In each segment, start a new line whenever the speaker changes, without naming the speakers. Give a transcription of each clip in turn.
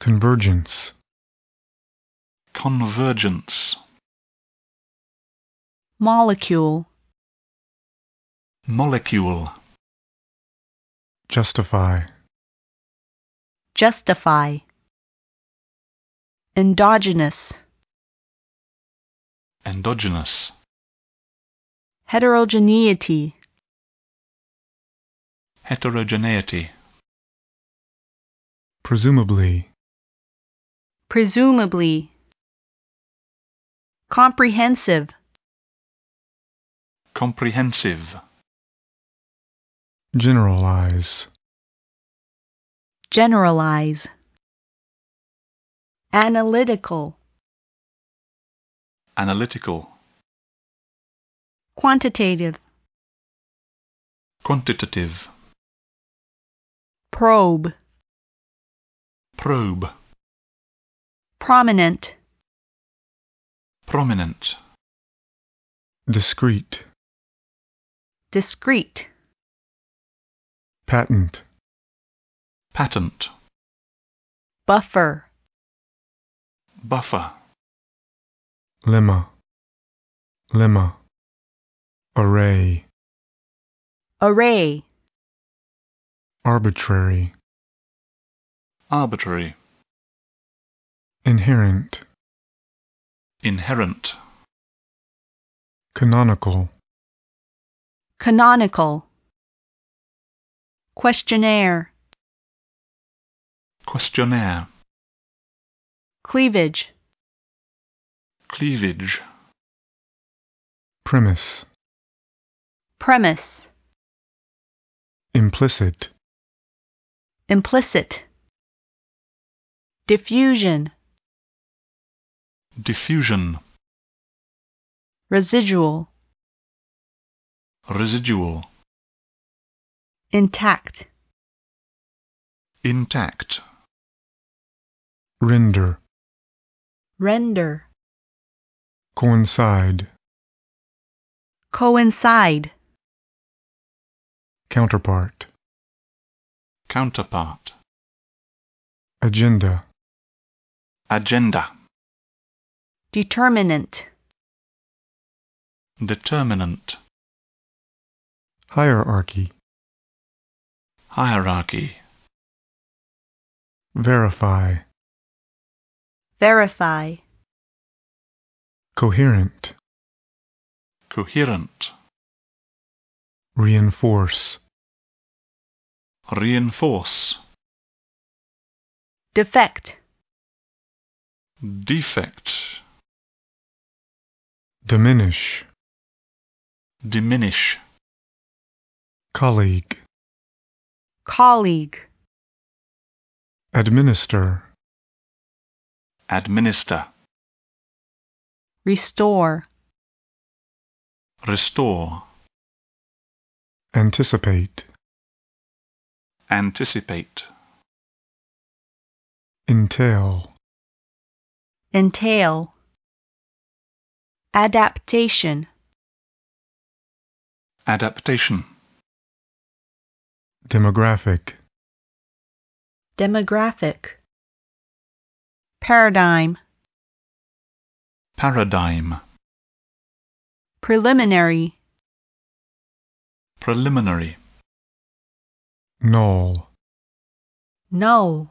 Convergence. Convergence.
molecule,
Molecule. Justify.
justify, endogenous,
Endogenous.
heterogeneity,
Heterogeneity. Presumably.
presumably, comprehensive,
Comprehensive. Generalize.
generalize, analytical,
Analytical.
quantitative,
Quantitative.
probe,
Probe.
prominent,
Prominent. Discrete.
discrete,
Patent. Patent.
buffer,
Buffer. Lemma. Lemma. Array.
array,
Arbitrary. Arbitrary. Inherent. Inherent. Canonical.
canonical, questionnaire,
Questionnaire.
cleavage,
Cleavage. Premise.
premise,
Implicit.
implicit, diffusion,
Diffusion.
residual,
Residual.
intact,
Intact. Render.
render,
Coincide.
coincide,
Counterpart. Counterpart. Agenda. Agenda.
determinant,
Determinant. Hierarchy. Hierarchy. Verify.
verify,
Coherent. Coherent. Reinforce. Reinforce.
defect,
Defect. Diminish. Diminish. Colleague.
colleague,
Administer. Administer.
restore,
Restore. Anticipate. Anticipate. Entail.
entail, adaptation,
Adaptation. Demographic.
demographic, paradigm,
Paradigm.
preliminary,
Preliminary. Null.
null,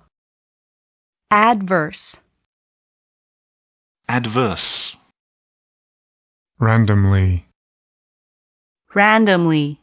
adverse,
Adverse. Randomly.
randomly,